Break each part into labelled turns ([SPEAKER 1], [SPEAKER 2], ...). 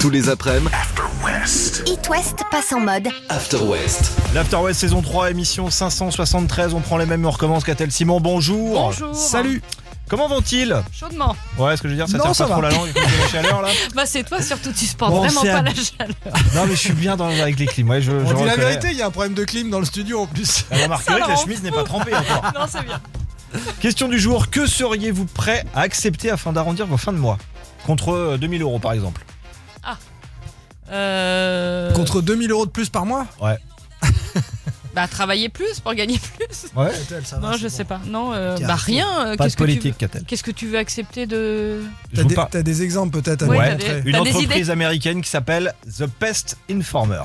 [SPEAKER 1] Tous les après-midi,
[SPEAKER 2] It West passe en mode.
[SPEAKER 1] After West.
[SPEAKER 3] L'After West saison 3, émission 573. On prend les mêmes, on recommence. Catel Simon, bonjour.
[SPEAKER 4] Bonjour.
[SPEAKER 3] Salut. Comment vont-ils
[SPEAKER 4] Chaudement.
[SPEAKER 3] Ouais, ce que je veux dire, ça
[SPEAKER 5] Non,
[SPEAKER 3] tire
[SPEAKER 5] ça
[SPEAKER 3] pas trop
[SPEAKER 5] va.
[SPEAKER 3] la langue, écoute, la chaleur là.
[SPEAKER 4] Bah c'est toi surtout, tu supportes
[SPEAKER 3] Bon,
[SPEAKER 4] vraiment
[SPEAKER 3] c'est
[SPEAKER 4] pas
[SPEAKER 3] un-
[SPEAKER 4] la chaleur.
[SPEAKER 3] Non, mais je suis bien dans, avec les clims. Ouais, je,
[SPEAKER 5] On
[SPEAKER 3] je
[SPEAKER 5] dit la
[SPEAKER 3] reconnais.
[SPEAKER 5] vérité, il y a un problème de clim dans le studio en plus.
[SPEAKER 3] Elle remarquerait
[SPEAKER 4] Ça
[SPEAKER 3] que la
[SPEAKER 4] rend
[SPEAKER 3] chemise n'est pas trempée encore.
[SPEAKER 4] Non, c'est bien.
[SPEAKER 3] Question du jour que seriez-vous prêt à accepter afin d'arrondir vos fins de mois Contre euh, 2000 euros par exemple.
[SPEAKER 4] Euh...
[SPEAKER 5] Contre 2000 euros de plus par mois
[SPEAKER 4] Bah travailler plus pour gagner plus.
[SPEAKER 3] Ouais.
[SPEAKER 1] Ah,
[SPEAKER 4] non, je sais pas. Non, euh,
[SPEAKER 5] Tiens,
[SPEAKER 4] bah
[SPEAKER 5] c'est
[SPEAKER 4] rien. euh,
[SPEAKER 3] Pas de
[SPEAKER 4] qu'est-ce que tu veux-
[SPEAKER 3] politique, Catel.
[SPEAKER 4] Qu'est-ce que tu veux accepter de...
[SPEAKER 3] Je
[SPEAKER 5] T'as
[SPEAKER 3] vous
[SPEAKER 5] des,
[SPEAKER 3] parle.
[SPEAKER 5] t'as des exemples peut-être à
[SPEAKER 4] Ouais,
[SPEAKER 5] nous
[SPEAKER 4] t'as
[SPEAKER 5] montrer.
[SPEAKER 4] des-
[SPEAKER 3] Une
[SPEAKER 4] des
[SPEAKER 3] entreprise américaine qui s'appelle The Pest Informer.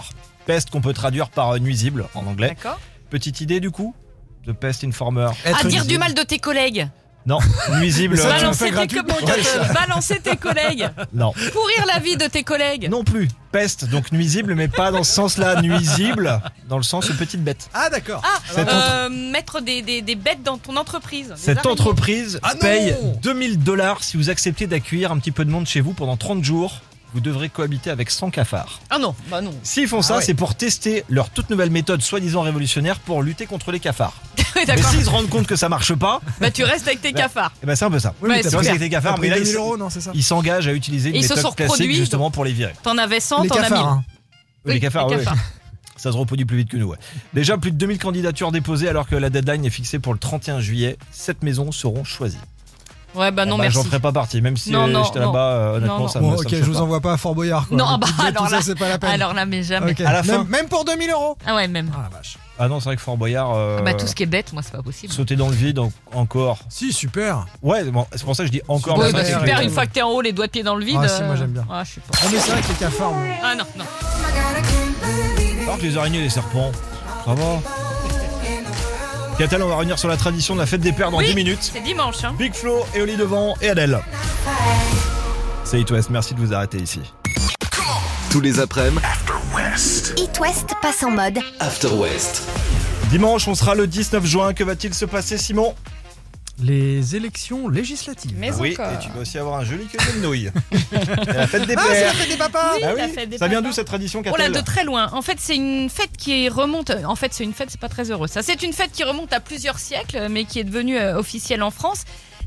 [SPEAKER 3] Pest qu'on peut traduire par euh, nuisible en anglais.
[SPEAKER 4] D'accord.
[SPEAKER 3] Petite idée du coup The Pest Informer.
[SPEAKER 4] À dire du
[SPEAKER 5] nuisible.
[SPEAKER 4] mal de tes collègues.
[SPEAKER 3] Non, nuisible.
[SPEAKER 5] Ça, tu le
[SPEAKER 4] Balancer
[SPEAKER 5] fais
[SPEAKER 4] tes,
[SPEAKER 5] gratuitement,
[SPEAKER 4] co- Balancer tes collègues.
[SPEAKER 3] non,
[SPEAKER 4] Pourrir la vie de tes collègues.
[SPEAKER 3] non plus. Peste, donc nuisible, mais pas dans ce sens-là. Nuisible, dans le sens de petite bête.
[SPEAKER 5] Ah d'accord.
[SPEAKER 4] Ah,
[SPEAKER 3] Cette
[SPEAKER 4] euh, mettre des, des- des bêtes dans ton entreprise. des
[SPEAKER 3] Cette
[SPEAKER 4] araignées.
[SPEAKER 3] entreprise
[SPEAKER 5] Ah non
[SPEAKER 3] paye 2000 dollars si vous acceptez d'accueillir un petit peu de monde chez vous pendant 30 jours. Vous devrez cohabiter avec 100 cafards.
[SPEAKER 4] Ah non, bah non.
[SPEAKER 3] S'ils font ça,
[SPEAKER 5] ouais.
[SPEAKER 3] c'est pour tester leur toute nouvelle méthode soi-disant révolutionnaire pour lutter contre les cafards.
[SPEAKER 4] Oui,
[SPEAKER 3] Mais
[SPEAKER 4] D'accord.
[SPEAKER 3] s'ils se rendent compte que ça marche pas,
[SPEAKER 4] Bah tu restes avec tes cafards. Bah,
[SPEAKER 3] eh ben c'est un peu ça.
[SPEAKER 5] Oui, Ah, mais
[SPEAKER 4] Ouais,
[SPEAKER 5] t'as
[SPEAKER 3] C'est vrai
[SPEAKER 5] pris-
[SPEAKER 3] que c'était
[SPEAKER 5] t'as
[SPEAKER 3] cafard,
[SPEAKER 5] pris
[SPEAKER 3] mais là
[SPEAKER 5] 2000
[SPEAKER 3] ils-
[SPEAKER 5] euros, non, c'est ça
[SPEAKER 3] ils s'engagent à utiliser une
[SPEAKER 4] Ils se
[SPEAKER 3] méthode
[SPEAKER 4] sont
[SPEAKER 3] classique
[SPEAKER 4] reproduits,
[SPEAKER 3] justement pour les virer.
[SPEAKER 4] T'en avais 100,
[SPEAKER 5] Les
[SPEAKER 4] t'en as 1000.
[SPEAKER 5] cafards. hein.
[SPEAKER 3] les cafards,
[SPEAKER 4] les
[SPEAKER 3] oui. Ça se reproduit plus vite que nous. ouais. Déjà, plus de 2000 candidatures déposées alors que la deadline est fixée pour le 31 juillet. Sept maisons seront choisies.
[SPEAKER 4] Ouais, bah non,
[SPEAKER 3] Bon, bah,
[SPEAKER 4] merci.
[SPEAKER 3] J'en ferai pas partie, même si euh,
[SPEAKER 4] Non, non,
[SPEAKER 3] j'étais
[SPEAKER 4] non.
[SPEAKER 3] là-bas, euh, honnêtement,
[SPEAKER 4] Non, non.
[SPEAKER 3] ça me
[SPEAKER 5] Bon,
[SPEAKER 3] ça
[SPEAKER 5] ok,
[SPEAKER 3] me
[SPEAKER 5] je
[SPEAKER 3] chauffe
[SPEAKER 5] vous
[SPEAKER 3] pas.
[SPEAKER 5] envoie pas à Fort Boyard. Quoi.
[SPEAKER 4] Non,
[SPEAKER 5] Le
[SPEAKER 4] bah,
[SPEAKER 5] budget,
[SPEAKER 4] alors
[SPEAKER 5] tout ça,
[SPEAKER 4] là-
[SPEAKER 5] c'est pas la peine.
[SPEAKER 4] Alors là, mais jamais.
[SPEAKER 5] Ok.
[SPEAKER 3] À la fin-
[SPEAKER 5] Même, même pour 2000 euros.
[SPEAKER 4] Ah ouais, même.
[SPEAKER 5] Ah la vache.
[SPEAKER 3] Ah non, c'est vrai que Fort Boyard. euh,
[SPEAKER 4] Ah bah tout ce qui est bête, moi, c'est pas possible.
[SPEAKER 3] Sauter dans le vide en- encore.
[SPEAKER 5] Si super.
[SPEAKER 3] Ouais, bon, c'est pour ça que je dis encore. mais
[SPEAKER 4] Oui,
[SPEAKER 5] Ouais,
[SPEAKER 3] ça,
[SPEAKER 4] bah
[SPEAKER 3] c'est
[SPEAKER 4] super,
[SPEAKER 3] que-
[SPEAKER 4] une fois que t'es en haut, les doigts de pied dans le vide.
[SPEAKER 5] Ah, si, moi, j'aime bien.
[SPEAKER 4] Ah, je suis pas.
[SPEAKER 5] Ah mais c'est vrai que les cafards. bon.
[SPEAKER 4] Ah non, non.
[SPEAKER 3] Alors que les araignées et les serpents. Ça va. Catal, on va revenir sur la tradition de la fête des pères dans
[SPEAKER 4] Oui.
[SPEAKER 3] 10 minutes.
[SPEAKER 4] C'est dimanche, hein.
[SPEAKER 3] Big Flo, Éoli devant et Adèle. C'est It West, merci de vous arrêter ici.
[SPEAKER 1] Tous les après-midi,
[SPEAKER 2] It West passe en mode.
[SPEAKER 1] After West.
[SPEAKER 3] Dimanche, on sera le 19 juin. Que va-t-il se passer, Simon
[SPEAKER 5] Les élections législatives.
[SPEAKER 4] Mais
[SPEAKER 3] Oui,
[SPEAKER 4] encore.
[SPEAKER 3] et tu dois aussi avoir un joli queue de nouilles. C'est la fête des
[SPEAKER 5] Ah c'est la
[SPEAKER 3] pères. Bah
[SPEAKER 5] fête des papas.
[SPEAKER 4] Oui, la fête des
[SPEAKER 3] Ça vient
[SPEAKER 4] papas.
[SPEAKER 3] d'où cette tradition,
[SPEAKER 4] Oh là,
[SPEAKER 3] Catel
[SPEAKER 4] de très loin. En fait, c'est une fête qui remonte. En fait, c'est une fête, c'est pas très heureux. Ça, c'est une fête qui remonte à plusieurs siècles, mais qui est devenue euh, officielle en France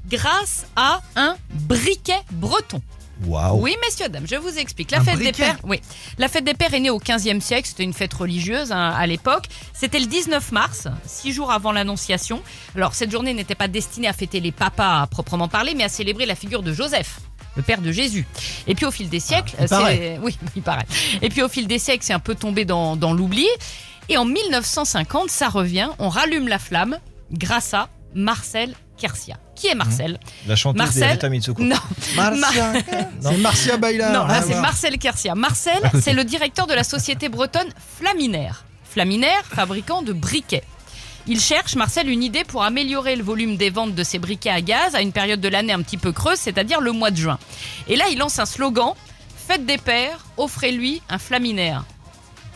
[SPEAKER 4] grâce à un briquet breton.
[SPEAKER 3] Waouh.
[SPEAKER 4] Oui, messieurs, dames, je vous explique. La
[SPEAKER 5] Ah Un
[SPEAKER 4] fête des
[SPEAKER 5] briquet
[SPEAKER 4] pères, oui. La fête des pères est née au 15e siècle. C'était une fête religieuse hein, à l'époque. C'était le 19 mars, six jours avant l'Annonciation. Alors, cette journée n'était pas destinée à fêter les papas à proprement parler, mais à célébrer la figure de Joseph. Le père de Jésus. Et puis au fil des siècles,
[SPEAKER 5] Ah, il
[SPEAKER 4] c'est-
[SPEAKER 5] paraît.
[SPEAKER 4] oui, il paraît. Et puis au fil des siècles, c'est un peu tombé dans, dans l'oubli. Et en 1950, ça revient. On rallume la flamme grâce à Marcel Kersia. Qui est
[SPEAKER 5] Mmh.
[SPEAKER 4] Marcel
[SPEAKER 3] La chanteuse
[SPEAKER 4] Marcel.
[SPEAKER 3] des Rita Mitsuko.
[SPEAKER 4] Non,
[SPEAKER 5] Marcia. C'est Marcia Baila. Ah,
[SPEAKER 4] non, là,
[SPEAKER 5] rien à
[SPEAKER 4] c'est
[SPEAKER 5] voir.
[SPEAKER 4] Marcel Kersia. Marcel, c'est le directeur de la société bretonne Flaminaire. Flaminaire, fabricant de briquets. Il cherche, Marcel, une idée pour améliorer le volume des ventes de ses briquets à gaz à une période de l'année un petit peu creuse, c'est-à-dire le mois de juin. Et là, il lance un slogan Faites des pères, offrez-lui un flaminaire.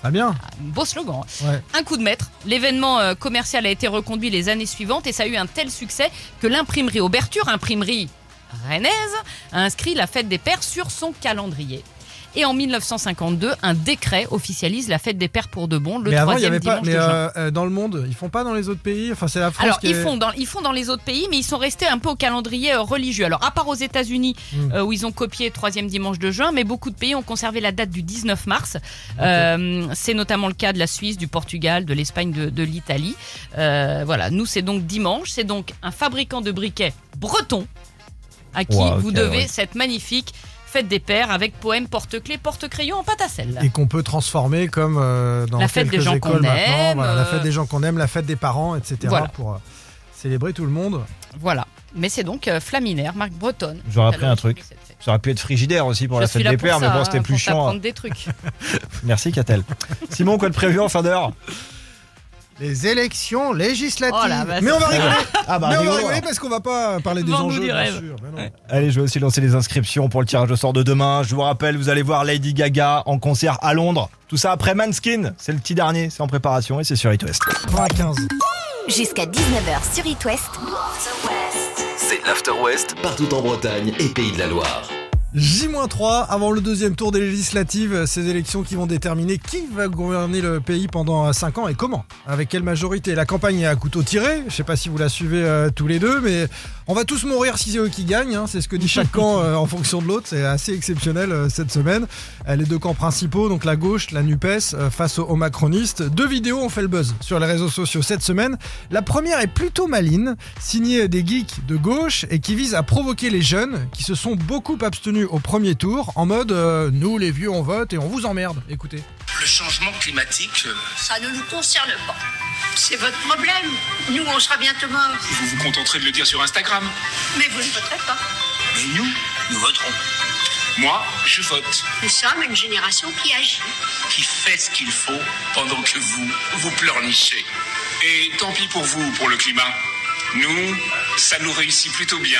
[SPEAKER 5] Ah bien.
[SPEAKER 4] Beau slogan. hein.
[SPEAKER 5] Ouais.
[SPEAKER 4] Un coup de maître. L'événement euh, commercial a été reconduit les années suivantes et ça a eu un tel succès que l'imprimerie Auberture, imprimerie rennaise, a inscrit la fête des pères sur son calendrier. Et en 1952, un décret officialise la fête des pères pour de bon, le
[SPEAKER 5] mais avant il y
[SPEAKER 4] troisième
[SPEAKER 5] avait pas.
[SPEAKER 4] dimanche
[SPEAKER 5] Mais
[SPEAKER 4] de juin.
[SPEAKER 5] euh, euh, dans le monde, ils font pas dans les autres pays. Enfin c'est la France.
[SPEAKER 4] Alors,
[SPEAKER 5] qui
[SPEAKER 4] ils
[SPEAKER 5] est-
[SPEAKER 4] font, dans, ils font dans les autres pays, mais ils sont restés un peu au calendrier euh, religieux. Alors, à part aux États-Unis,
[SPEAKER 3] Hmm.
[SPEAKER 5] Mm.
[SPEAKER 4] euh, où ils ont copié troisième dimanche de juin, mais beaucoup de pays ont conservé la date du 19 mars. Euh, c'est notamment le cas de la Suisse, du Portugal, de l'Espagne, de, de l'Italie. Euh, voilà, nous, c'est donc dimanche. C'est donc un fabricant de briquets breton à qui
[SPEAKER 3] Ouah, ok,
[SPEAKER 4] vous devez
[SPEAKER 3] ouais.
[SPEAKER 4] cette magnifique fête des pères avec poème porte-clés, porte-crayon en pâte à sel.
[SPEAKER 5] et qu'on peut transformer comme euh, dans
[SPEAKER 4] La fête des
[SPEAKER 5] quelques
[SPEAKER 4] gens
[SPEAKER 5] écoles
[SPEAKER 4] qu'on
[SPEAKER 5] maintenant,
[SPEAKER 4] aime,
[SPEAKER 5] voilà, la fête
[SPEAKER 4] euh,
[SPEAKER 5] des gens qu'on aime, la fête des parents, etc.
[SPEAKER 4] Voilà.
[SPEAKER 5] pour euh, célébrer tout le monde.
[SPEAKER 4] Voilà. Mais c'est donc euh, Flaminaire, marque bretonne.
[SPEAKER 3] J'aurais appris un
[SPEAKER 4] Alors,
[SPEAKER 3] truc.
[SPEAKER 4] cette fête.
[SPEAKER 3] Ça aurait pu être frigidaire aussi pour
[SPEAKER 4] Je
[SPEAKER 3] la
[SPEAKER 4] suis
[SPEAKER 3] fête
[SPEAKER 4] là
[SPEAKER 3] des
[SPEAKER 4] pour
[SPEAKER 3] pères, mais
[SPEAKER 4] ça,
[SPEAKER 3] bon, c'était
[SPEAKER 4] hein,
[SPEAKER 3] plus
[SPEAKER 4] pour
[SPEAKER 3] chiant. hein.
[SPEAKER 4] t'apprendre des trucs.
[SPEAKER 3] Merci, Catel. Simon, quoi de prévu en fin d'heure
[SPEAKER 5] Les élections législatives.
[SPEAKER 4] Oh là, bah,
[SPEAKER 5] mais on va
[SPEAKER 4] c'est-
[SPEAKER 5] rigoler,
[SPEAKER 3] Ah
[SPEAKER 5] mais on va
[SPEAKER 3] rigolo,
[SPEAKER 5] rigoler
[SPEAKER 3] hein.
[SPEAKER 5] parce qu'on va pas parler des
[SPEAKER 4] Vends-nous
[SPEAKER 5] enjeux.
[SPEAKER 4] du
[SPEAKER 5] bien
[SPEAKER 4] rêve.
[SPEAKER 5] sûr, mais non.
[SPEAKER 3] Allez, je vais aussi lancer les inscriptions pour le tirage au sort de demain. Je vous rappelle, vous allez voir Lady Gaga en concert à Londres. Tout ça après Manskin. C'est le petit dernier, c'est en préparation et c'est sur It West.
[SPEAKER 5] 95.
[SPEAKER 2] Jusqu'à 19h sur It West.
[SPEAKER 1] C'est l'After West partout en Bretagne et Pays de la Loire.
[SPEAKER 5] J-3 avant le deuxième tour des législatives, ces élections qui vont déterminer qui va gouverner le pays pendant 5 ans et comment, avec quelle majorité. La campagne est à couteau tiré, je sais pas si vous la suivez euh, tous les deux, mais on va tous mourir si c'est eux qui gagnent, hein. c'est ce que dit chaque camp euh, en fonction de l'autre, c'est assez exceptionnel euh, cette semaine. Euh, les deux camps principaux, donc la gauche, la NUPES, euh, face aux, aux macronistes, deux vidéos ont fait le buzz sur les réseaux sociaux cette semaine. La première est plutôt maline, signée des geeks de gauche et qui vise à provoquer les jeunes qui se sont beaucoup abstenus au premier tour en mode euh, nous les vieux on vote et on vous emmerde. Écoutez.
[SPEAKER 6] Le changement climatique, euh,
[SPEAKER 7] Ça ne nous concerne pas. C'est votre problème. Nous, on sera bientôt morts.
[SPEAKER 6] vous vous contenterez de le dire sur Instagram.
[SPEAKER 7] Mais vous ne voterez pas.
[SPEAKER 6] Mais nous, nous voterons. Moi, je vote.
[SPEAKER 7] Nous sommes une génération qui agit.
[SPEAKER 6] Qui fait ce qu'il faut pendant que vous, vous pleurnichez. Et tant pis pour vous, pour le climat. Nous, ça nous réussit plutôt bien.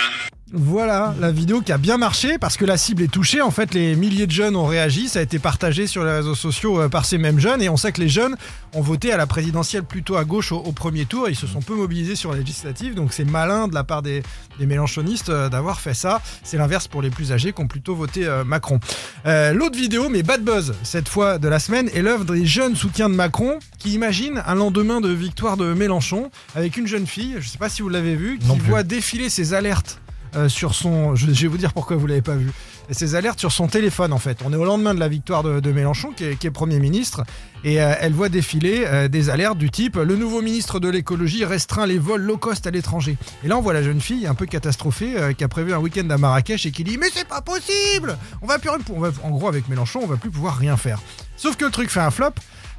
[SPEAKER 5] Voilà la vidéo qui a bien marché parce que la cible est touchée. En fait, les milliers de jeunes ont réagi. Ça a été partagé sur les réseaux sociaux euh, par ces mêmes jeunes. Et on sait que les jeunes ont voté à la présidentielle plutôt à gauche au, au premier tour. Ils se sont peu mobilisés sur la législative. Donc c'est malin de la part des, des mélenchonistes euh, d'avoir fait ça. C'est l'inverse pour les plus âgés qui ont plutôt voté euh, Macron. Euh, L'autre vidéo, mais bad buzz, cette fois de la semaine, est l'œuvre des jeunes soutiens de Macron qui imaginent un lendemain de victoire de Mélenchon avec une jeune fille, je sais pas si vous l'avez vue, qui
[SPEAKER 3] Non plus.
[SPEAKER 5] voit défiler ses alertes. euh, sur son, je, je vais vous dire pourquoi vous l'avez pas vu. Et Ses alertes sur son téléphone en fait. On est au lendemain de la victoire de, de Mélenchon qui est, qui est premier ministre et euh, elle voit défiler euh, des alertes du type le nouveau ministre de l'écologie restreint les vols low cost à l'étranger. Et là, on voit la jeune fille un peu catastrophée euh, qui a prévu un week-end à Marrakech et qui dit mais c'est pas possible On va plus, on va- en gros avec Mélenchon, on va plus pouvoir rien faire. Sauf que le truc fait un flop.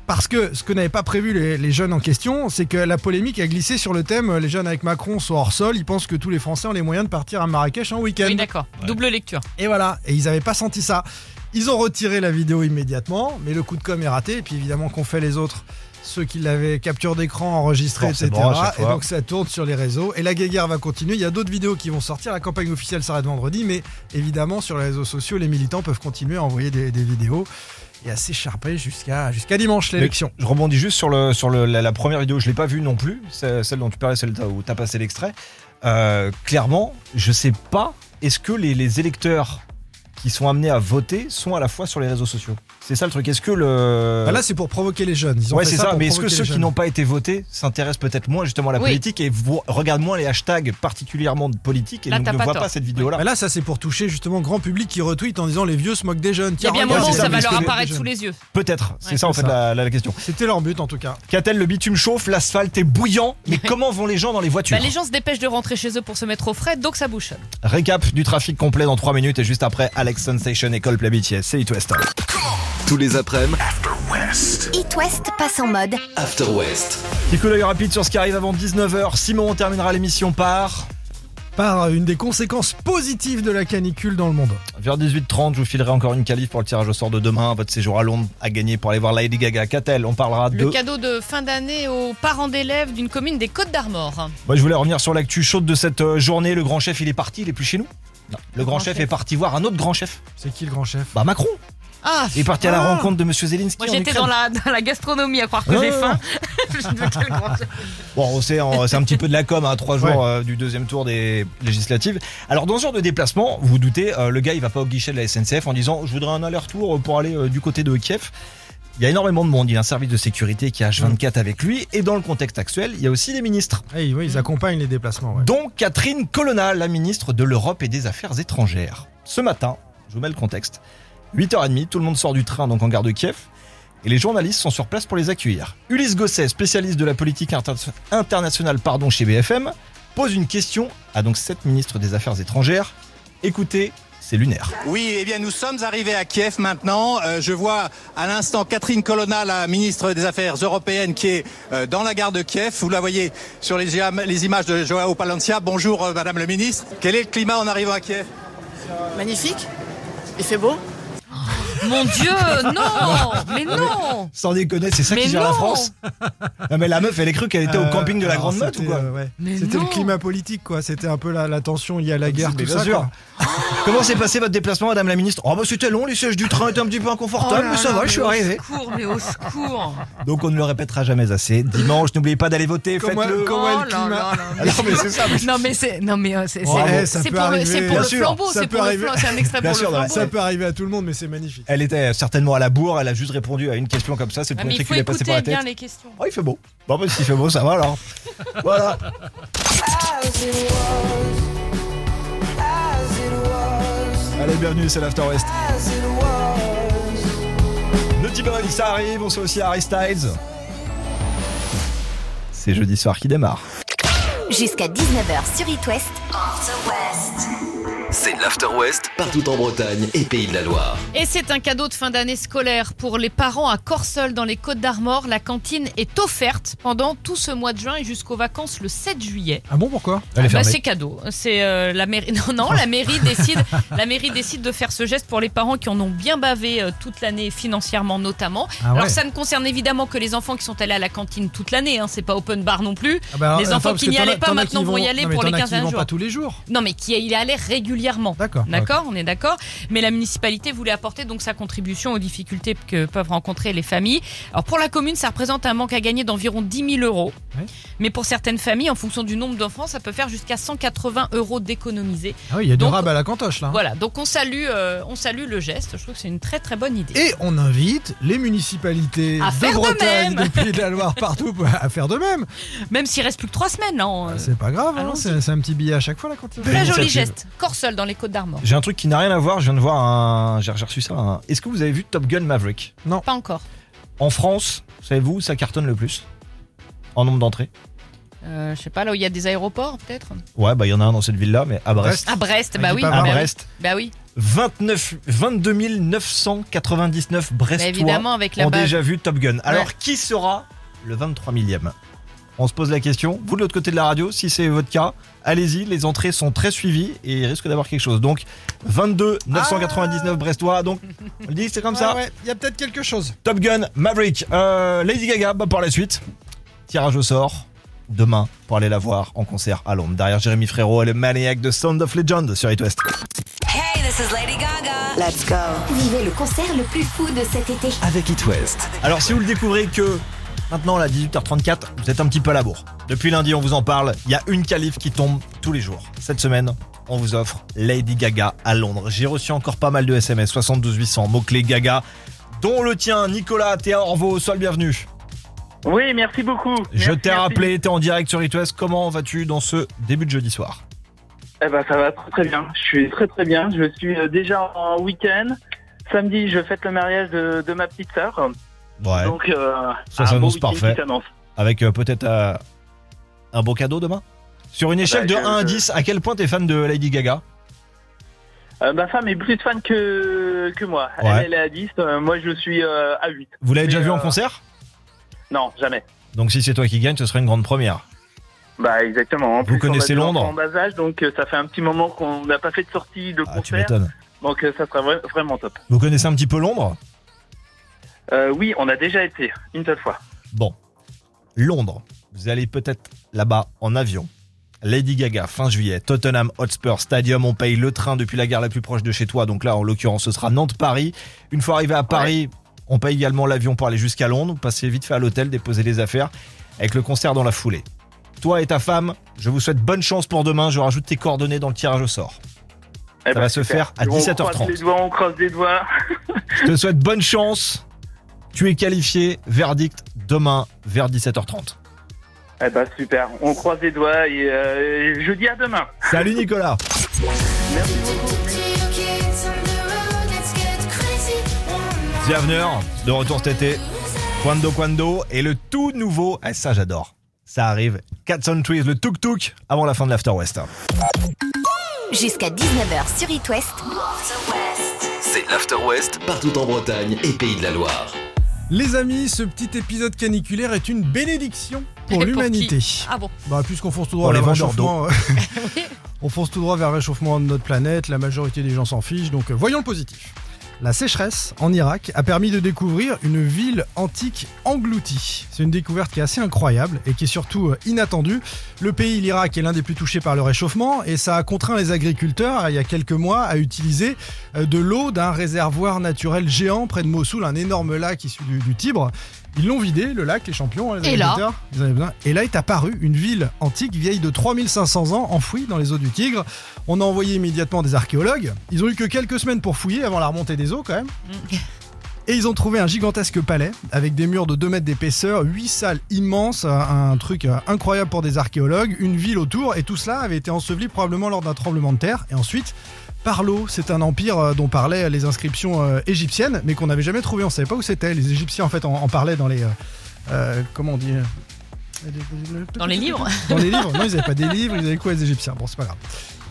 [SPEAKER 5] Parce que ce que n'avaient pas prévu les, les jeunes en question, c'est que la polémique a glissé sur le thème euh, les jeunes avec Macron sont hors sol, ils pensent que tous les Français ont les moyens de partir à Marrakech en week-end.
[SPEAKER 4] Oui, d'accord. Double lecture.
[SPEAKER 5] Et voilà, et ils n'avaient pas senti ça. Ils ont retiré la vidéo immédiatement, mais le coup de com est raté. Et puis évidemment, qu'ont fait les autres Ceux qui l'avaient capture d'écran, enregistré, etc.
[SPEAKER 3] Forcément, à chaque
[SPEAKER 5] Et
[SPEAKER 3] fois.
[SPEAKER 5] donc ça tourne sur les réseaux. Et la guéguerre va continuer. Il y a d'autres vidéos qui vont sortir. La campagne officielle s'arrête vendredi, mais évidemment, sur les réseaux sociaux, les militants peuvent continuer à envoyer des, des vidéos et à s'écharper jusqu'à jusqu'à dimanche l'élection.
[SPEAKER 3] Je rebondis juste sur, le, sur le- la, la première vidéo, je l'ai pas vue non plus, c'est celle dont tu parlais, celle où tu as passé l'extrait. Euh, clairement, je sais pas, est-ce que les, les électeurs qui sont amenés à voter sont à la fois sur les réseaux sociaux C'est ça le truc, est-ce que le...
[SPEAKER 5] Bah là, c'est pour provoquer les jeunes. Ils ont
[SPEAKER 3] Euh, Ouais,
[SPEAKER 5] fait
[SPEAKER 3] c'est ça,
[SPEAKER 5] pour
[SPEAKER 3] mais est-ce que
[SPEAKER 5] provoquer
[SPEAKER 3] ceux
[SPEAKER 5] les
[SPEAKER 3] qui
[SPEAKER 5] jeunes.
[SPEAKER 3] n'ont pas été votés s'intéressent peut-être moins justement à la
[SPEAKER 4] Oui.
[SPEAKER 3] politique et vo- regardent moins les hashtags particulièrement politiques et
[SPEAKER 4] Là,
[SPEAKER 3] donc
[SPEAKER 4] t'as
[SPEAKER 3] ne
[SPEAKER 4] pas
[SPEAKER 3] voient
[SPEAKER 4] tort.
[SPEAKER 3] pas cette vidéo-là
[SPEAKER 5] Bah là, ça c'est pour toucher justement grand public qui retweet en disant les vieux se moquent des jeunes.
[SPEAKER 4] Il y a
[SPEAKER 5] Tiens,
[SPEAKER 4] bien un
[SPEAKER 5] regarde,
[SPEAKER 4] moment où
[SPEAKER 5] c'est
[SPEAKER 4] ça va
[SPEAKER 5] parce
[SPEAKER 4] leur
[SPEAKER 5] que les-
[SPEAKER 4] apparaître
[SPEAKER 5] les
[SPEAKER 4] sous
[SPEAKER 5] jeunes.
[SPEAKER 4] les yeux.
[SPEAKER 3] Peut-être, c'est
[SPEAKER 4] Ouais,
[SPEAKER 3] ça en
[SPEAKER 5] c'est
[SPEAKER 3] fait la- la- la question.
[SPEAKER 5] C'était leur but en tout cas.
[SPEAKER 3] Qu'a-t-elle le bitume chauffe, l'asphalte est bouillant, mais
[SPEAKER 4] Ouais.
[SPEAKER 3] comment vont les gens dans les voitures
[SPEAKER 4] Bah, les gens se dépêchent de rentrer chez eux pour se mettre au frais, donc ça bouche.
[SPEAKER 3] Récap du trafic complet dans 3 minutes et juste après Alex Sensation et Coldplay BTS. C'est It West.
[SPEAKER 1] Tous les après-midi,
[SPEAKER 2] It West passe en mode.
[SPEAKER 1] After West.
[SPEAKER 3] Petit coup d'œil rapide sur ce qui arrive avant 19h. Simon, on terminera l'émission par...
[SPEAKER 5] par euh, une des conséquences positives de la canicule dans le monde.
[SPEAKER 3] Vers 18h30, je vous filerai encore une qualif pour le tirage au sort de demain. Votre séjour à Londres à gagner pour aller voir Lady Gaga. Qu'a-t-elle On parlera
[SPEAKER 4] Le
[SPEAKER 3] de...
[SPEAKER 4] cadeau de fin d'année aux parents d'élèves d'une commune des Côtes d'Armor.
[SPEAKER 3] Moi, je voulais revenir sur l'actu chaude de cette euh, journée. Le grand chef, il est parti, il est plus chez nous Non. Le grand
[SPEAKER 4] grand
[SPEAKER 3] chef
[SPEAKER 4] chef.
[SPEAKER 3] est parti voir un autre grand chef.
[SPEAKER 5] C'est qui le grand chef
[SPEAKER 3] Bah Macron.
[SPEAKER 4] Ah,
[SPEAKER 3] Il est parti à la
[SPEAKER 5] Ah.
[SPEAKER 3] rencontre de Monsieur Zelensky.
[SPEAKER 4] moi
[SPEAKER 3] en
[SPEAKER 4] j'étais
[SPEAKER 3] Ukraine.
[SPEAKER 4] dans la, dans la gastronomie à croire que
[SPEAKER 3] Ouais,
[SPEAKER 4] j'ai
[SPEAKER 3] ouais,
[SPEAKER 4] faim. Je ne veux quel grand-
[SPEAKER 3] Bon, on sait, on- c'est un petit peu de la com, à trois jours
[SPEAKER 5] Ouais.
[SPEAKER 3] euh, du deuxième tour des législatives. Alors, dans ce genre de déplacement, vous vous doutez, euh, le gars, il va pas au guichet de la SNCF en disant Je voudrais un aller-retour pour aller euh, du côté de Kiev. Il y a énormément de monde. Il y a un service de sécurité qui a H24 avec lui. Et dans le contexte actuel, il y a aussi des ministres,
[SPEAKER 5] Eh oui, ils
[SPEAKER 4] Mm.
[SPEAKER 5] accompagnent les déplacements. ouais.
[SPEAKER 3] dont Catherine Colonna, la ministre de l'Europe et des Affaires étrangères. Ce matin, je vous mets le contexte 8h30, tout le monde sort du train, donc en gare de Kiev et les journalistes sont sur place pour les accueillir. Ulysse Gosset, spécialiste de la politique inter- internationale pardon, chez BFM, pose une question à donc cette ministre des Affaires étrangères. Écoutez, c'est lunaire.
[SPEAKER 8] Oui, eh bien nous sommes arrivés à Kiev maintenant. Euh, je vois à l'instant Catherine Colonna, la ministre des Affaires européennes, qui est euh, dans la gare de Kiev. Vous la voyez sur les, iam- les images de Joao Palencia. Bonjour euh, Madame le ministre. Quel est le climat en arrivant à Kiev
[SPEAKER 9] Magnifique. Il fait beau.
[SPEAKER 4] Mon Dieu, non Mais non
[SPEAKER 3] Sans déconner, c'est ça
[SPEAKER 4] Mais
[SPEAKER 3] qui gère la
[SPEAKER 4] non.
[SPEAKER 3] France Non mais la meuf, elle a cru qu'elle était au
[SPEAKER 5] Euh,
[SPEAKER 3] camping de la
[SPEAKER 5] alors,
[SPEAKER 3] Grande Motte ou
[SPEAKER 5] c'était,
[SPEAKER 3] quoi
[SPEAKER 5] euh, ouais.
[SPEAKER 4] Mais
[SPEAKER 5] C'était le
[SPEAKER 4] non.
[SPEAKER 5] climat politique, quoi. C'était un peu la, la tension liée à la guerre,
[SPEAKER 3] Ah, Mais
[SPEAKER 5] tout
[SPEAKER 3] bien
[SPEAKER 5] ça.
[SPEAKER 3] sûr.
[SPEAKER 5] quoi.
[SPEAKER 3] Comment s'est passé votre déplacement, madame la ministre Oh bah c'était long, les sièges du train étaient un petit peu inconfortables, Oh mais ça va, je suis arrivé.
[SPEAKER 4] Au secours, Oh mais au secours
[SPEAKER 3] Donc on ne le répétera jamais assez. Dimanche, n'oubliez pas d'aller voter,
[SPEAKER 5] Comment-
[SPEAKER 3] faites-le.
[SPEAKER 5] comment- Comment est le
[SPEAKER 4] Oh là
[SPEAKER 5] climat
[SPEAKER 4] là là.
[SPEAKER 3] Ah non, mais c'est ça, mais-
[SPEAKER 4] Non mais c'est non mais euh, c'est
[SPEAKER 5] Ouais,
[SPEAKER 4] c'est-
[SPEAKER 5] ça
[SPEAKER 4] c'est
[SPEAKER 5] peut
[SPEAKER 4] pour le-
[SPEAKER 5] arriver.
[SPEAKER 4] c'est pour
[SPEAKER 5] Bien
[SPEAKER 4] le
[SPEAKER 3] sûr,
[SPEAKER 4] flambeau,
[SPEAKER 5] ça
[SPEAKER 4] c'est
[SPEAKER 5] peut
[SPEAKER 4] pour le
[SPEAKER 5] arriver.
[SPEAKER 4] flan- c'est un extrait
[SPEAKER 3] Bien
[SPEAKER 4] pour le
[SPEAKER 3] sûr, non, mais
[SPEAKER 4] flambeau.
[SPEAKER 5] Ça peut arriver à tout le monde, mais c'est magnifique.
[SPEAKER 3] Elle était certainement à la bourre, elle a juste répondu à une question comme ça, c'est
[SPEAKER 4] Ah,
[SPEAKER 3] pour
[SPEAKER 4] mais
[SPEAKER 3] montrer
[SPEAKER 4] il faut
[SPEAKER 3] qu'il est passé par
[SPEAKER 4] écouter
[SPEAKER 3] la tête.
[SPEAKER 4] bien les questions.
[SPEAKER 3] Oh, il fait beau. Bon, bah, s'il fait beau, ça va alors. voilà. Allez, bienvenue, c'est l'After West. Naughty Boy, ça arrive, on sait aussi Harry Styles. C'est jeudi soir qui démarre.
[SPEAKER 2] Jusqu'à 19h sur It West.
[SPEAKER 1] C'est l'After West partout en Bretagne et Pays de la Loire.
[SPEAKER 4] Et c'est un cadeau de fin d'année scolaire pour les parents à Corseul dans les Côtes d'Armor. La cantine est offerte pendant tout ce mois de juin et jusqu'aux vacances le 7 juillet.
[SPEAKER 5] Ah bon, pourquoi
[SPEAKER 3] Elle est
[SPEAKER 4] Bah,
[SPEAKER 3] fermée.
[SPEAKER 4] c'est cadeau. C'est euh, la mairie. Non, non, la mairie décide. la mairie décide de faire ce geste pour les parents qui en ont bien bavé euh, toute l'année financièrement notamment.
[SPEAKER 5] Ah
[SPEAKER 4] Alors
[SPEAKER 5] ouais.
[SPEAKER 4] ça ne concerne évidemment que les enfants qui sont allés à la cantine toute l'année. Hein, c'est pas open bar non plus.
[SPEAKER 5] Ah bah,
[SPEAKER 4] Les
[SPEAKER 5] attends,
[SPEAKER 4] enfants
[SPEAKER 5] parce
[SPEAKER 4] qui
[SPEAKER 5] que
[SPEAKER 4] n'y
[SPEAKER 5] t'en as-
[SPEAKER 4] allaient pas
[SPEAKER 5] t'en as
[SPEAKER 4] maintenant
[SPEAKER 5] qui
[SPEAKER 4] vont y aller
[SPEAKER 5] non, mais
[SPEAKER 4] pour les
[SPEAKER 5] t'en as qui
[SPEAKER 4] 15
[SPEAKER 5] vont
[SPEAKER 4] jours.
[SPEAKER 5] pas tous les jours.
[SPEAKER 4] Non, mais qui il allait régulièrement.
[SPEAKER 5] D'accord.
[SPEAKER 4] D'accord, on est d'accord. Mais la municipalité voulait apporter donc sa contribution aux difficultés que peuvent rencontrer les familles. Alors pour la commune, ça représente un manque à gagner d'environ 10 000 euros.
[SPEAKER 5] Oui.
[SPEAKER 4] Mais pour certaines familles, en fonction du nombre d'enfants, ça peut faire jusqu'à 180 euros d'économiser.
[SPEAKER 5] Ah oui, il y a du
[SPEAKER 4] Donc-
[SPEAKER 5] rab à la cantoche, là.
[SPEAKER 4] Voilà, donc on salue, euh, on salue le geste. Je trouve que c'est une très très bonne idée.
[SPEAKER 5] Et on invite les municipalités
[SPEAKER 4] À faire
[SPEAKER 5] de
[SPEAKER 4] de
[SPEAKER 5] Bretagne,
[SPEAKER 4] même.
[SPEAKER 5] de Pays de la Loire, partout, à faire de même.
[SPEAKER 4] Même s'il reste plus que trois semaines, non.
[SPEAKER 5] C'est pas grave, hein,
[SPEAKER 4] allons-y.
[SPEAKER 5] c'est c'est un petit billet à chaque fois, la cantine.
[SPEAKER 4] Très joli
[SPEAKER 3] Initiative.
[SPEAKER 4] geste. Corseul dans les Côtes d'Armor.
[SPEAKER 3] J'ai un truc qui n'a rien à voir, je viens de voir un. J'ai j'ai reçu ça. un- Est-ce que vous avez vu Top Gun Maverick
[SPEAKER 4] Pas encore.
[SPEAKER 3] En France, savez-vous, où ça cartonne le plus En nombre d'entrées
[SPEAKER 4] Euh, je sais pas, là où il y a des aéroports peut-être
[SPEAKER 3] Ouais, bah il y en a un dans cette ville-là, mais à Brest.
[SPEAKER 4] À Brest,
[SPEAKER 5] Ah,
[SPEAKER 4] bah
[SPEAKER 5] il est
[SPEAKER 4] oui.
[SPEAKER 5] pas
[SPEAKER 4] bah
[SPEAKER 3] À
[SPEAKER 5] mal.
[SPEAKER 4] oui.
[SPEAKER 3] Brest.
[SPEAKER 4] Bah oui,
[SPEAKER 3] 29, 22 999
[SPEAKER 4] Bah
[SPEAKER 3] Brestois
[SPEAKER 4] évidemment avec la
[SPEAKER 3] ont
[SPEAKER 4] base.
[SPEAKER 3] déjà vu Top Gun. Alors, qui sera le 23 millième On se pose la question. Vous, de l'autre côté de la radio, si c'est votre cas, allez-y. Les entrées sont très suivies et il risque d'avoir quelque chose. Donc, 22 999 Brestois. Donc, on le dit, c'est comme ça.
[SPEAKER 5] Ah ouais, il y a peut-être quelque chose.
[SPEAKER 3] Top Gun, Maverick, euh, Lady Gaga, bah, par la suite. Tirage au sort demain pour aller la voir en concert à Londres. Derrière Jérémy Frérot et le maniac de Sound of Legend sur It West.
[SPEAKER 9] Hey, this is Lady Gaga. Let's go.
[SPEAKER 2] Vivez le concert le plus fou de cet été.
[SPEAKER 1] Avec It West.
[SPEAKER 3] Alors si vous le découvrez que maintenant à 18h34, vous êtes un petit peu à la bourre. Depuis lundi, on vous en parle. Il y a une qualif qui tombe tous les jours. Cette semaine, on vous offre Lady Gaga à Londres. J'ai reçu encore pas mal de SMS, 72 800 mots-clés Gaga, dont le tien, Nicolas, t'es à Orvaux, sois le bienvenu.
[SPEAKER 10] Oui, merci beaucoup.
[SPEAKER 3] Je
[SPEAKER 10] Merci,
[SPEAKER 3] t'ai
[SPEAKER 10] merci.
[SPEAKER 3] rappelé, t'es en direct sur It West. Comment vas-tu dans ce début de jeudi soir
[SPEAKER 10] Eh ben, ça va très très bien. Je suis très très bien. Je suis euh, déjà en week-end. Samedi, je fête le mariage de, de ma petite sœur.
[SPEAKER 3] Ouais,
[SPEAKER 10] Donc, euh,
[SPEAKER 3] Ça
[SPEAKER 10] un
[SPEAKER 3] s'annonce
[SPEAKER 10] beau week-end
[SPEAKER 3] parfait.
[SPEAKER 10] qui s'annonce.
[SPEAKER 3] avec euh, peut-être euh, un beau cadeau demain Sur
[SPEAKER 10] Ah
[SPEAKER 3] une échelle de
[SPEAKER 10] je-
[SPEAKER 3] 1 à
[SPEAKER 10] je-
[SPEAKER 3] 10, à quel point t'es fan de Lady Gaga
[SPEAKER 10] Euh, ma femme est plus fan que, que moi. Elle,
[SPEAKER 3] Ouais.
[SPEAKER 10] Elle, est à 10. euh, moi, je suis euh, à 8.
[SPEAKER 3] Vous l'avez
[SPEAKER 10] Mais,
[SPEAKER 3] déjà vu en
[SPEAKER 10] euh,
[SPEAKER 3] concert
[SPEAKER 10] Non, jamais.
[SPEAKER 3] Donc si c'est toi qui gagne, ce serait une grande première.
[SPEAKER 10] Bah, exactement. En
[SPEAKER 3] Vous
[SPEAKER 10] plus, on
[SPEAKER 3] connaissez
[SPEAKER 10] a des
[SPEAKER 3] Londres
[SPEAKER 10] enfants En bas âge, donc euh, ça fait un petit moment qu'on n'a pas fait de sortie de
[SPEAKER 3] Ah, tu
[SPEAKER 10] concert.
[SPEAKER 3] m'étonnes.
[SPEAKER 10] Donc, euh, ça sera vra- vraiment top.
[SPEAKER 3] Vous connaissez un petit peu Londres
[SPEAKER 10] Euh, oui, on a déjà été une seule fois.
[SPEAKER 3] Bon, Londres, vous allez peut-être là-bas en avion. Lady Gaga, fin juillet, Tottenham Hotspur Stadium, on paye le train depuis la gare la plus proche de chez toi, donc là en l'occurrence ce sera Nantes-Paris. Une fois arrivé à Paris, on paye également l'avion pour aller jusqu'à Londres, passer vite fait à l'hôtel, déposer les affaires, avec le concert dans la foulée. Toi et ta femme, je vous souhaite bonne chance pour demain, je rajoute tes coordonnées dans le tirage au sort.
[SPEAKER 10] Eh
[SPEAKER 3] Ça
[SPEAKER 10] ben,
[SPEAKER 3] va se
[SPEAKER 10] super.
[SPEAKER 3] faire à
[SPEAKER 10] On croise
[SPEAKER 3] 17h30.
[SPEAKER 10] les doigts, on croise les doigts.
[SPEAKER 3] Je te souhaite bonne chance, tu es qualifié, verdict demain vers 17h30.
[SPEAKER 10] Eh ben super, on croise les doigts et euh, je dis à demain.
[SPEAKER 3] Salut Nicolas The Avenir, de retour cet été. Quando Quando et le tout nouveau, ah, ça j'adore. Ça arrive, Cats on Trees, le tuk tuk avant la fin de l'After West.
[SPEAKER 2] Jusqu'à 19h sur It West.
[SPEAKER 1] C'est l'After West partout en Bretagne et Pays de la Loire.
[SPEAKER 5] Les amis, ce petit épisode caniculaire est une bénédiction
[SPEAKER 4] Et
[SPEAKER 5] pour
[SPEAKER 4] pour
[SPEAKER 5] l'humanité.
[SPEAKER 4] Ah bon.
[SPEAKER 5] Bah, puisqu'on fonce tout
[SPEAKER 3] Pour
[SPEAKER 5] droit
[SPEAKER 3] les
[SPEAKER 5] vers le
[SPEAKER 3] vendeurs
[SPEAKER 5] réchauffement. euh, on fonce tout droit vers le réchauffement de notre planète, la majorité des gens s'en fichent, donc euh, voyons le positif. La sécheresse en Irak a permis de découvrir une ville antique engloutie. C'est une découverte qui est assez incroyable et qui est surtout euh, inattendue. Le pays, l'Irak, est l'un des plus touchés par le réchauffement et ça a contraint les agriculteurs, il y a quelques mois, à utiliser euh, de l'eau d'un réservoir naturel géant près de Mossoul, un énorme lac issu du, du Tibre. Ils l'ont vidé, le lac, les champions, hein, les
[SPEAKER 4] Et là
[SPEAKER 5] agriculteurs. Ils en avaient besoin. Et là est apparue une ville antique vieille de 3500 ans, enfouie dans les eaux du Tigre. On a envoyé immédiatement des archéologues. Ils ont eu que quelques semaines pour fouiller avant la remontée des eaux quand même. Et ils ont trouvé un gigantesque palais avec des murs de 2 mètres d'épaisseur, 8 salles immenses, un un truc euh, incroyable pour des archéologues, une ville autour, et tout cela avait été enseveli probablement lors d'un tremblement de terre. Et ensuite, par l'eau, c'est un empire euh, dont parlaient les inscriptions euh, égyptiennes, mais qu'on n'avait jamais trouvé, on savait pas où c'était. Les Égyptiens en fait en, en parlaient dans les... euh, euh, comment on dit euh,
[SPEAKER 4] Dans les livres
[SPEAKER 5] dans les livres Non, ils n'avaient pas des livres, ils avaient quoi les Égyptiens Bon, c'est pas grave.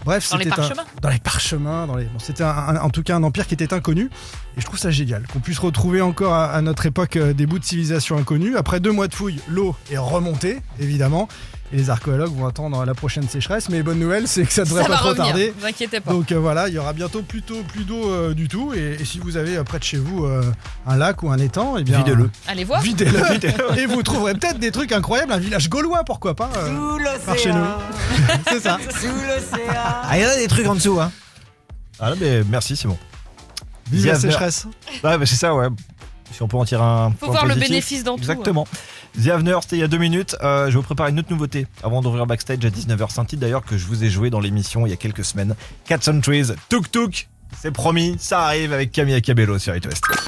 [SPEAKER 5] Bref,
[SPEAKER 4] Dans les
[SPEAKER 5] c'était un-
[SPEAKER 4] parchemins
[SPEAKER 5] dans les parchemins, dans les. Bon, c'était un- un- en tout cas un empire qui était inconnu. Et je trouve ça génial qu'on puisse retrouver encore à, à notre époque euh, des bouts de civilisation inconnue. Après deux mois de fouilles, l'eau est remontée, évidemment. Et les archéologues vont attendre la prochaine sécheresse. Mais bonne nouvelle, c'est que ça devrait
[SPEAKER 4] Ça
[SPEAKER 5] pas
[SPEAKER 4] va
[SPEAKER 5] trop
[SPEAKER 4] revenir,
[SPEAKER 5] tarder.
[SPEAKER 4] ne vous inquiétez pas.
[SPEAKER 5] Donc euh, voilà, il y aura bientôt plus, tôt- plus d'eau euh, du tout. Et, et si vous avez euh, près de chez vous euh, un lac ou un étang, eh bien.
[SPEAKER 3] Videz-le.
[SPEAKER 4] Allez voir.
[SPEAKER 5] Videz-le. et vous trouverez peut-être des trucs incroyables. Un village gaulois, pourquoi pas euh, par chez nous. C'est ça. Ah, il y en a des trucs en dessous, hein.
[SPEAKER 3] Ah, là, mais merci, c'est bon.
[SPEAKER 5] Vive la
[SPEAKER 3] Vive la-
[SPEAKER 5] sécheresse.
[SPEAKER 3] Ouais, bah, c'est ça, ouais. Si on peut en tirer un.
[SPEAKER 4] Faut
[SPEAKER 3] point
[SPEAKER 4] voir le
[SPEAKER 3] positif.
[SPEAKER 4] bénéfice dans tout, hein.
[SPEAKER 3] Exactement. The Avener, c'était il y a deux minutes. Euh, je vous prépare une autre nouveauté avant d'ouvrir backstage à 19h. un titre d'ailleurs que je vous ai joué dans l'émission il y a quelques semaines. Cats and Trees, Tuk Tuk. C'est promis, ça arrive avec Camille Cabello sur It West.